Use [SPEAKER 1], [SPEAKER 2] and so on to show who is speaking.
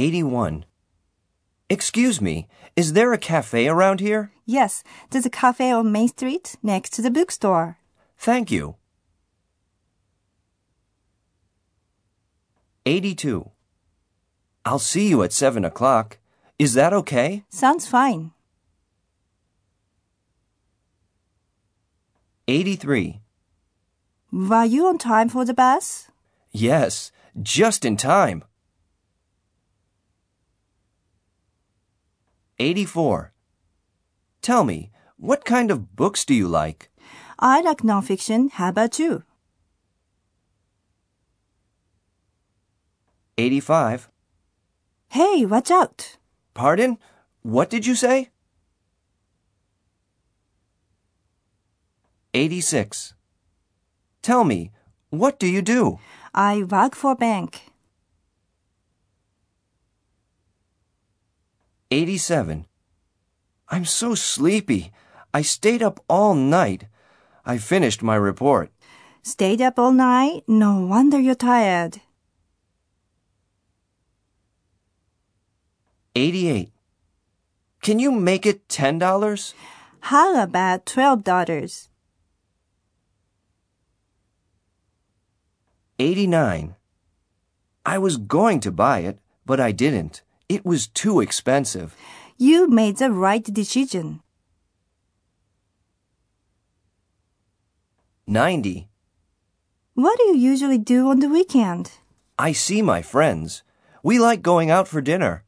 [SPEAKER 1] 81. Excuse me, is there a cafe around here?
[SPEAKER 2] Yes, there's a cafe on Main Street next to the bookstore.
[SPEAKER 1] Thank you. 82. I'll see you at 7 o'clock. Is that okay?
[SPEAKER 2] Sounds fine.
[SPEAKER 1] 83.
[SPEAKER 2] Were you on time for the bus?
[SPEAKER 1] Yes, just in time. 84. Tell me, what kind of books do you like?
[SPEAKER 2] I like nonfiction. How about you?
[SPEAKER 1] 85.
[SPEAKER 2] Hey, watch out!
[SPEAKER 1] Pardon? What did you say? 86. Tell me, what do you do?
[SPEAKER 2] I work for a bank.
[SPEAKER 1] 87. I'm so sleepy. I stayed up all night. I finished my report.
[SPEAKER 2] Stayed up all night? No wonder you're tired.
[SPEAKER 1] 88. Can you make it $10?
[SPEAKER 2] How about twelve dollars?
[SPEAKER 1] 89. I was going to buy it, but I didn't. It was too expensive.
[SPEAKER 2] You made the right decision.
[SPEAKER 1] 90.
[SPEAKER 2] What do you usually do on the weekend?
[SPEAKER 1] I see my friends. We like going out for dinner.